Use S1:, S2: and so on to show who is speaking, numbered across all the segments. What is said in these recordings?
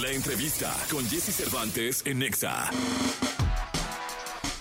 S1: La entrevista con Jesse Cervantes en Nexa.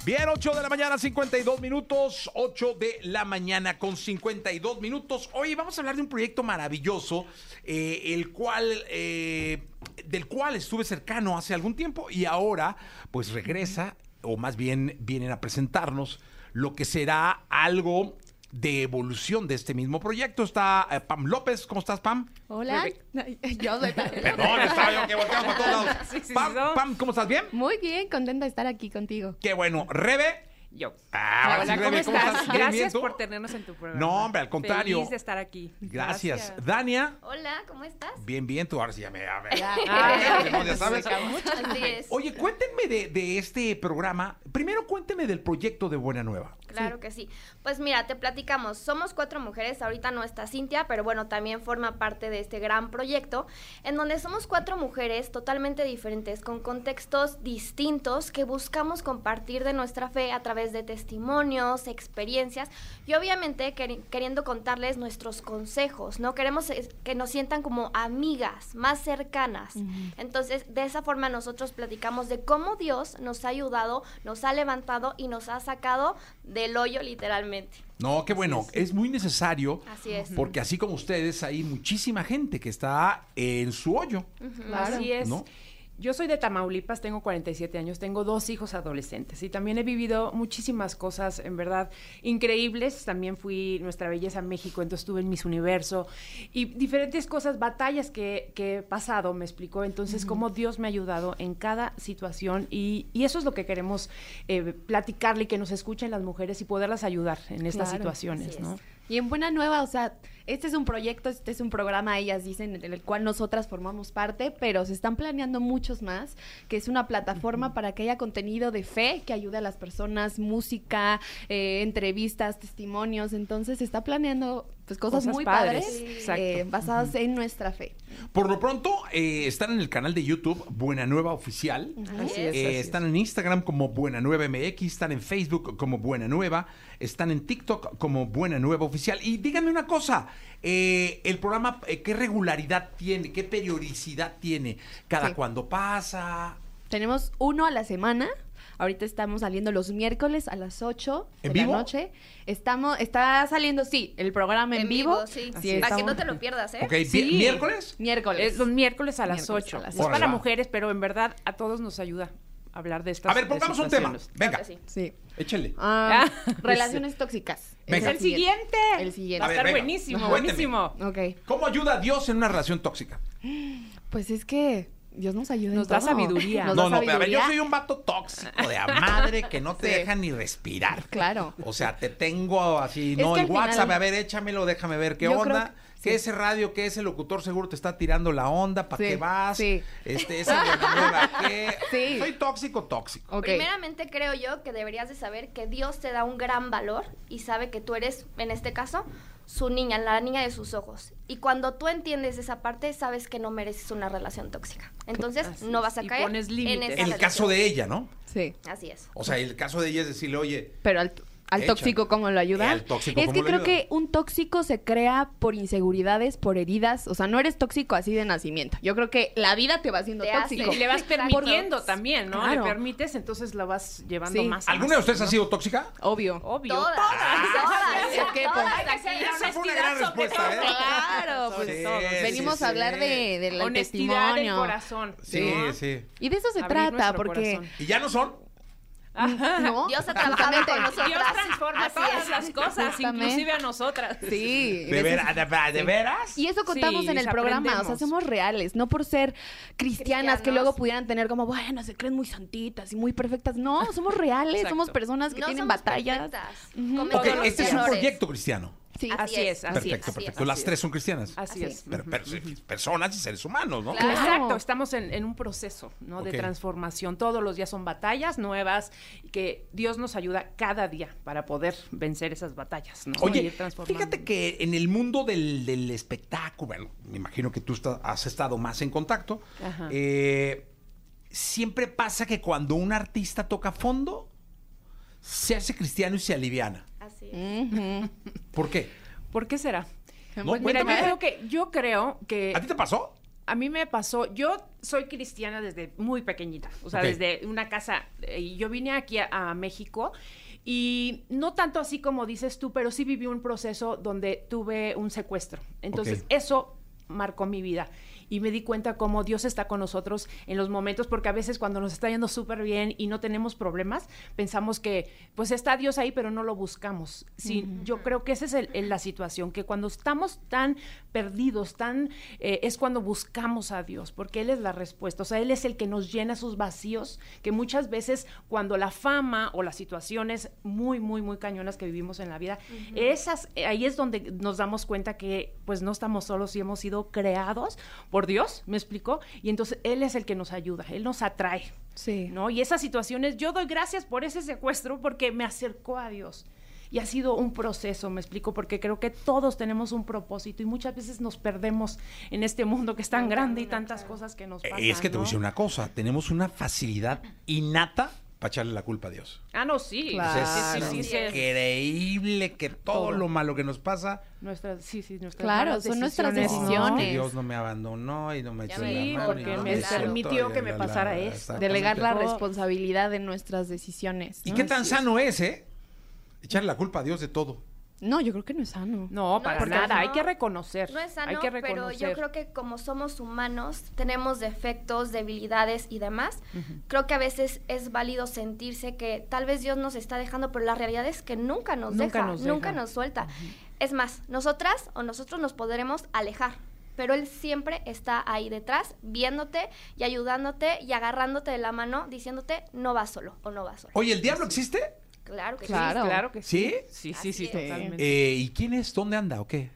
S2: Bien, 8 de la mañana, 52 minutos. 8 de la mañana con 52 minutos. Hoy vamos a hablar de un proyecto maravilloso, eh, el cual, eh, del cual estuve cercano hace algún tiempo y ahora, pues regresa, o más bien vienen a presentarnos lo que será algo de evolución de este mismo proyecto. Está eh, Pam López. ¿Cómo estás, Pam?
S3: Hola. Yo soy
S2: Perdón, estaba yo que volteaba para todos lados.
S3: Sí, sí,
S2: Pam,
S3: sí, no.
S2: Pam, ¿cómo estás? ¿Bien?
S3: Muy bien, contenta de estar aquí contigo.
S2: Qué bueno. Rebe.
S4: Yo.
S2: Ah, ahora
S4: Hola,
S2: sí,
S4: ¿cómo
S2: Rebe, ¿cómo
S4: estás?
S2: estás? Bien, bien,
S4: Gracias
S2: ¿tú?
S4: por tenernos en tu programa.
S2: No, hombre, al contrario.
S4: Feliz de estar aquí.
S2: Gracias. Dania,
S5: Hola, ¿cómo estás?
S2: bien, bien, tú ahora sí ya me... ya me-
S4: Ah,
S2: No, ya sabes.
S5: Así es.
S2: Oye, cuéntenme de, de este programa. Primero cuéntenme del proyecto de Buena Nueva.
S5: Claro que sí. Pues mira, te platicamos, somos cuatro mujeres, ahorita no está Cintia, pero bueno, también forma parte de este gran proyecto, en donde somos cuatro mujeres totalmente diferentes, con contextos distintos, que buscamos compartir de nuestra fe a través de testimonios, experiencias y obviamente queri- queriendo contarles nuestros consejos, ¿no? Queremos es- que nos sientan como amigas, más cercanas. Entonces, de esa forma nosotros platicamos de cómo Dios nos ha ayudado, nos ha levantado y nos ha sacado del hoyo literalmente.
S2: No, qué bueno, es muy necesario.
S4: Ah,
S5: Así es.
S2: Porque así como ustedes, hay muchísima gente que está en su hoyo.
S3: Claro.
S4: Así es.
S2: ¿No?
S4: Yo soy de Tamaulipas, tengo 47 años, tengo dos hijos adolescentes y también he vivido muchísimas cosas, en verdad, increíbles. También fui Nuestra Belleza México, entonces estuve en Miss Universo y diferentes cosas, batallas que, que he pasado, me explicó. Entonces, cómo Dios me ha ayudado en cada situación y, y eso es lo que queremos eh, platicarle y que nos escuchen las mujeres y poderlas ayudar en estas
S3: Claro,
S4: situaciones,
S5: así es.
S4: ¿no?
S3: Y en Buena Nueva, o sea, este es un proyecto, este es un programa, ellas dicen, en el cual nosotras formamos parte, pero se están planeando muchos más, que es una plataforma para que haya contenido de fe que ayude a las personas, música, eh, entrevistas, testimonios. Entonces se está planeando pues cosas,
S4: Cosas
S3: muy
S4: padres,
S3: padres,
S4: sí. exacto.
S3: eh, basadas en nuestra fe.
S2: Por lo pronto, eh, están en el canal de YouTube Buena Nueva Oficial.
S5: Así
S4: es,
S2: Eh,
S4: así es.
S2: están en Instagram como Buena Nueva MX, están en Facebook como Buena Nueva, están en TikTok como Buena Nueva Oficial. Y díganme una cosa, eh, el programa, eh, ¿qué regularidad tiene? ¿Qué periodicidad tiene? ¿Cada
S3: Sí.
S2: cuando pasa?
S3: Tenemos uno a la semana. Ahorita estamos saliendo los miércoles a las 8 de
S2: ¿En
S3: la
S2: vivo?
S3: noche. Estamos, está saliendo, sí, el programa en, vivo. Sí,
S5: sí. Para que
S3: estamos-
S5: no te lo pierdas, ¿eh?
S2: Ok, vi-
S4: Sí.
S2: miércoles.
S3: Miércoles.
S4: Es los miércoles a las
S3: Miércoles a
S4: 8.
S3: las
S4: Es
S2: ocho.
S4: para
S2: Órale, va.
S4: mujeres, pero en verdad a todos nos ayuda a hablar de estas
S2: A ver, pongamos un tema.
S4: situaciones.
S2: Venga,
S5: Claro que sí.
S3: Sí.
S2: échele.
S3: Ah,
S4: Ah,
S3: relaciones tóxicas.
S2: Venga.
S3: Es
S4: El siguiente.
S3: El siguiente.
S4: Va
S2: A
S4: a
S2: ver,
S4: estar
S2: venga.
S4: buenísimo,
S2: Cuénteme.
S4: buenísimo.
S3: Ok.
S2: ¿Cómo ayuda a Dios en una relación tóxica?
S3: Pues es que Dios nos ayuda. en
S4: Nos da
S3: todo.
S4: sabiduría.
S3: Nos
S2: no,
S3: da
S2: no, a ver, yo
S3: sabiduría.
S2: soy un vato tóxico de a madre que no te
S3: Sí.
S2: deja ni respirar.
S3: Claro.
S2: O sea, te tengo así,
S3: Es
S2: no,
S3: que
S2: el
S3: al final-
S2: WhatsApp, a ver, échamelo, déjame ver qué
S3: Yo creo
S2: onda.
S3: que-
S2: Que
S3: sí.
S2: ese radio, que ese locutor seguro te está tirando la onda, ¿para
S3: Sí,
S2: qué vas?
S3: sí.
S2: Este, esa buena nueva, ¿qué?
S3: Sí.
S2: Soy tóxico, tóxico.
S3: Ok.
S5: Primeramente creo yo que deberías de saber que Dios te da un gran valor y sabe que tú eres, en este caso, su niña, la niña de sus ojos. Y cuando tú entiendes esa parte, sabes que no mereces una relación tóxica. Entonces,
S4: Así
S5: no
S4: es.
S5: vas a
S4: Y
S5: caer
S4: pones
S5: en
S4: límites.
S5: esa
S2: El caso de ella, ¿no?
S3: Sí.
S5: Así es.
S2: O sea, el caso de ella es decirle, oye,
S3: Pero al, al
S2: Échale.
S3: tóxico, ¿cómo lo ayuda?
S2: Al tóxico,
S3: es
S2: ¿cómo
S3: que
S2: lo
S3: creo
S2: ayuda?
S3: que un tóxico se crea por inseguridades, por heridas. O sea, no eres tóxico así de nacimiento. Yo creo que la vida te va haciendo
S5: Te hace.
S3: tóxico.
S4: Y le vas
S5: Exacto.
S4: permitiendo también, ¿no?
S3: Claro.
S4: Le permites, entonces la vas llevando
S3: Sí.
S4: más. a
S2: ¿alguna de
S4: más,
S2: ustedes
S4: ¿no?
S2: ha sido tóxica?
S3: Obvio.
S4: Obvio.
S5: Todas.
S3: Es
S5: Todas.
S3: que,
S5: todas
S3: pues,
S5: aquí.
S2: Esa fue una gran respuesta, ¿eh?
S3: Claro, pues
S2: Sí,
S3: venimos
S2: sí,
S3: a
S2: sí.
S3: hablar de, del
S4: Honestidad del
S3: testimonio.
S4: corazón.
S2: Sí,
S4: ¿no?
S2: sí.
S3: Y de eso se
S4: Abrir
S3: trata,
S4: nuestro
S3: porque
S4: corazón.
S2: ¿Y ya no son?
S3: ¿no?
S5: Dios ha trabajado con nosotras.
S4: Dios transforma
S5: Así
S4: todas
S5: es.
S4: las cosas,
S3: Justamente.
S4: inclusive a nosotras.
S2: ¿De,
S3: Sí. de eso-
S2: veras? ¿De, de veras?
S3: Y eso contamos
S4: Sí,
S3: en el
S4: les
S3: programa, o sea,
S4: aprendemos.
S3: somos reales, no por ser cristianas que
S5: Cristianos.
S3: luego pudieran tener como, bueno, se creen muy santitas y muy perfectas. No, somos reales,
S4: Exacto.
S3: somos personas que
S5: No
S3: tienen
S5: somos
S3: batallas.
S5: perfectas.
S3: Ujú.
S5: Cometemos
S2: Ok,
S4: todos los
S2: este es un
S5: errores.
S2: proyecto cristiano.
S3: Sí.
S4: Así es, así
S2: perfecto,
S4: es.
S2: perfecto.
S4: así
S2: Las
S4: es.
S2: tres son cristianas.
S4: Así es.
S2: Pero, pero- personas y seres humanos, ¿no?
S5: Claro.
S4: Exacto, estamos en, en un proceso ¿no?
S2: Ok.
S4: de transformación. Todos los días son batallas nuevas y que Dios nos ayuda cada día para poder vencer esas batallas. ¿no? Y
S2: Oye,
S4: ir transformando.
S2: fíjate que en el mundo del, del espectáculo, bueno, me imagino que tú está- has estado más en contacto,
S4: Ajá.
S2: eh, siempre pasa que cuando un artista toca fondo, se hace cristiano y se aliviana.
S5: Así es.
S3: Ujú.
S2: ¿Por qué?
S4: ¿Por qué será?
S2: No,
S4: Pues mira, yo
S2: cuéntame.
S4: creo que, yo creo que
S2: ¿A ti te pasó?
S4: a mí me pasó, yo soy cristiana desde muy pequeñita, o sea,
S2: Ok.
S4: desde una casa, eh, y yo vine aquí a, a México y no tanto así como dices tú, pero sí viví un proceso donde tuve un secuestro. Entonces,
S2: Ok.
S4: eso marcó mi vida y me di cuenta cómo Dios está con nosotros en los momentos, porque a veces cuando nos está yendo súper bien y no tenemos problemas, pensamos que pues está Dios ahí, pero no lo buscamos. Sí, Yo creo que esa es el- el- la situación, que cuando estamos tan perdidos, tan eh, es cuando buscamos a Dios, porque Él es la respuesta, o sea, Él es el que nos llena esos vacíos, que muchas veces cuando la fama o las situaciones muy, muy, muy cañonas que vivimos en la vida, esas, eh, ahí es donde nos damos cuenta que pues no estamos solos y hemos sido creados por Dios, ¿me explicó? Y entonces Él es el que nos ayuda, Él nos atrae,
S3: Sí.
S4: ¿no? Y esas situaciones, yo doy gracias por ese secuestro porque me acercó a Dios. Y ha sido un proceso, me explico, porque creo que todos tenemos un propósito y muchas veces nos perdemos en este mundo que es tan grande y tantas cosas que nos pasan.
S2: Eh, es que te voy a decir
S4: ¿no?
S2: una cosa, tenemos una facilidad innata para echarle la culpa a Dios.
S4: Ah, no, sí.
S3: Claro.
S4: Sí, sí, sí,
S2: es
S4: sí,
S2: increíble que todo
S4: Todo.
S2: lo malo que nos pasa,
S4: Nuestras, sí, sí, nuestras
S3: Claro,
S4: malas
S3: son nuestras
S4: decisiones, ¿no?
S3: decisiones.
S2: que Dios no me abandonó y no me
S5: Ya
S2: echó
S5: me
S2: la
S5: di,
S2: mano.
S5: porque
S2: y no
S5: me
S2: es cierto,
S4: permitió
S2: y
S4: que me
S2: bla, bla,
S4: pasara
S2: bla,
S4: esto.
S2: exactamente.
S3: Delegar la
S4: Oh.
S3: responsabilidad de nuestras decisiones.
S2: ¿Y
S3: ¿no?
S2: qué tan
S4: Así es.
S2: sano es, eh? Echarle la culpa a Dios de todo.
S3: No, yo creo que no es sano.
S4: No, para
S5: Porque
S4: nada.
S5: no-
S4: hay que reconocer.
S5: No es sano,
S4: hay que
S5: pero
S4: reconocer.
S5: yo creo que como somos humanos, tenemos defectos, debilidades y demás. Creo que a veces es válido sentirse que tal vez Dios nos está dejando, pero la realidad es que nunca nos
S4: Nunca
S5: deja,
S4: nos
S5: nunca
S4: deja.
S5: nos suelta. Es más, nosotras o nosotros nos podremos alejar. Pero él siempre está ahí detrás, viéndote y ayudándote y agarrándote de la mano, diciéndote no vas solo o no vas solo.
S2: Oye, ¿el diablo existe?
S5: Claro que
S3: Claro.
S5: sí.
S4: Claro que sí. Sí,
S5: Así
S4: sí, sí,
S5: es.
S4: totalmente.
S2: Eh, ¿Y quién es? ¿Dónde anda o qué?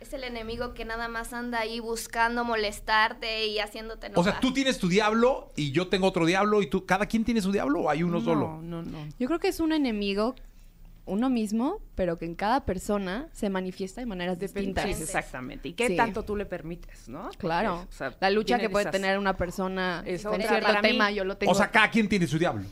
S5: Es el enemigo que nada más anda ahí buscando molestarte y haciéndote enojar.
S2: O sea, tú tienes tu diablo y yo tengo otro diablo y tú, ¿cada quien tiene su diablo o hay uno solo?
S4: No, no, no.
S3: Yo creo que es un enemigo uno mismo, pero que en cada persona se manifiesta de maneras
S4: Depende,
S3: distintas.
S4: sí, exactamente. ¿Y qué
S3: Sí.
S4: tanto tú le permites, no?
S3: Claro.
S4: Porque, o sea,
S3: la lucha
S4: viene
S3: que puede
S4: esas-
S3: tener una persona
S4: Es
S3: con
S4: otra.
S3: cierto
S4: Para mí-
S3: tema, yo lo tengo.
S2: O sea, cada quien tiene su diablo.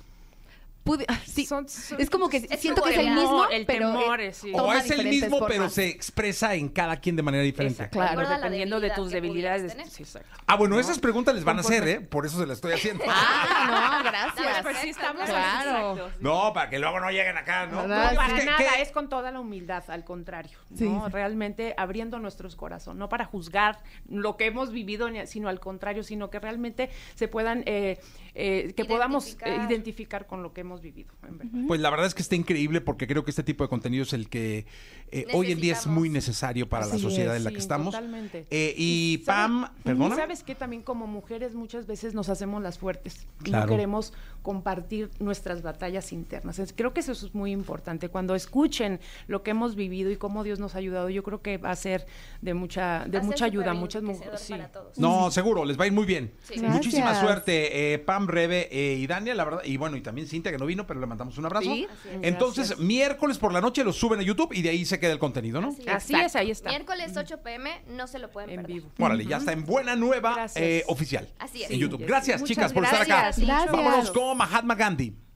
S3: Pude- ah, sí.
S4: Son- son-
S3: es como que
S5: es
S3: siento
S5: su
S3: que es el
S5: temor,
S3: mismo,
S4: el
S3: pero
S4: temor,
S3: eh,
S4: sí.
S2: O
S3: toma
S2: es el
S3: diferentes
S2: mismo, pero
S3: formas.
S2: se expresa en cada quien de manera diferente.
S4: Exacto.
S3: Claro.
S5: Recuerda la
S4: Dependiendo de
S5: debilidad
S4: tus
S5: que pudieras
S4: debilidades.
S5: tener.
S4: Sí, exacto.
S2: Ah, bueno, esas preguntas les van a hacer,
S4: Comporta-
S2: ¿eh? Por eso se las estoy haciendo.
S3: Ah, no,
S5: Pues,
S3: gracias.
S5: pues, sí estamos
S3: Claro.
S2: No, para que luego no lleguen acá, ¿no?
S3: ¿Verdad?
S2: No,
S4: No, para
S2: ¿qué-
S4: nada,
S2: qué-
S4: es con toda la humildad, al contrario, ¿no?
S3: Sí.
S4: Realmente abriendo nuestros corazones, no para juzgar lo que hemos vivido, ni- sino al contrario, sino que realmente se puedan, eh, eh, que podamos eh,
S5: Identificar.
S4: identificar con lo que hemos vivido, en verdad.
S2: Pues la verdad es que está increíble porque creo que este tipo de contenido es el que eh, hoy en día es
S5: Necesitamos.
S2: muy necesario para la
S4: Así
S2: sociedad
S4: es,
S2: en la
S4: sí,
S2: que estamos.
S4: totalmente.
S2: Eh, y
S4: ¿Sabe-
S2: Pam,
S4: y
S2: perdona.
S4: ¿Sabes que También como mujeres muchas veces nos hacemos las fuertes.
S2: Claro.
S4: No queremos compartir nuestras batallas internas. Es- creo que eso es muy importante. Cuando escuchen lo que hemos vivido y cómo Dios nos ha ayudado, yo creo que va a ser de mucha, de
S5: Va a ser
S4: mucha ayuda.
S5: súper
S4: Muchas
S5: enriquecedor
S4: mujeres. Sí.
S5: para todos.
S2: No, seguro, les va a ir muy bien.
S5: Sí.
S3: Gracias.
S2: Muchísima suerte, eh, Pam, Rebe eh, y Dania, la verdad. Y bueno, y también Cintia, que no vino, pero le mandamos un abrazo.
S3: Sí,
S5: así es.
S2: Entonces,
S4: Gracias.
S2: miércoles por la noche lo suben a YouTube y de ahí se queda el contenido, ¿no?
S5: Así
S4: Así
S3: Exacto.
S4: es, ahí está.
S5: Miércoles 8 pm, no se lo pueden
S4: En
S5: perder.
S4: vivo.
S2: Órale, ya está en buena nueva
S4: Gracias.
S2: eh, oficial
S5: Así es.
S2: en
S5: Sí,
S2: YouTube.
S4: ya
S2: Gracias,
S4: sé.
S2: chicas,
S4: Muchas
S2: por estar acá.
S5: gracias.
S3: Gracias.
S2: Vámonos con Mahatma Gandhi.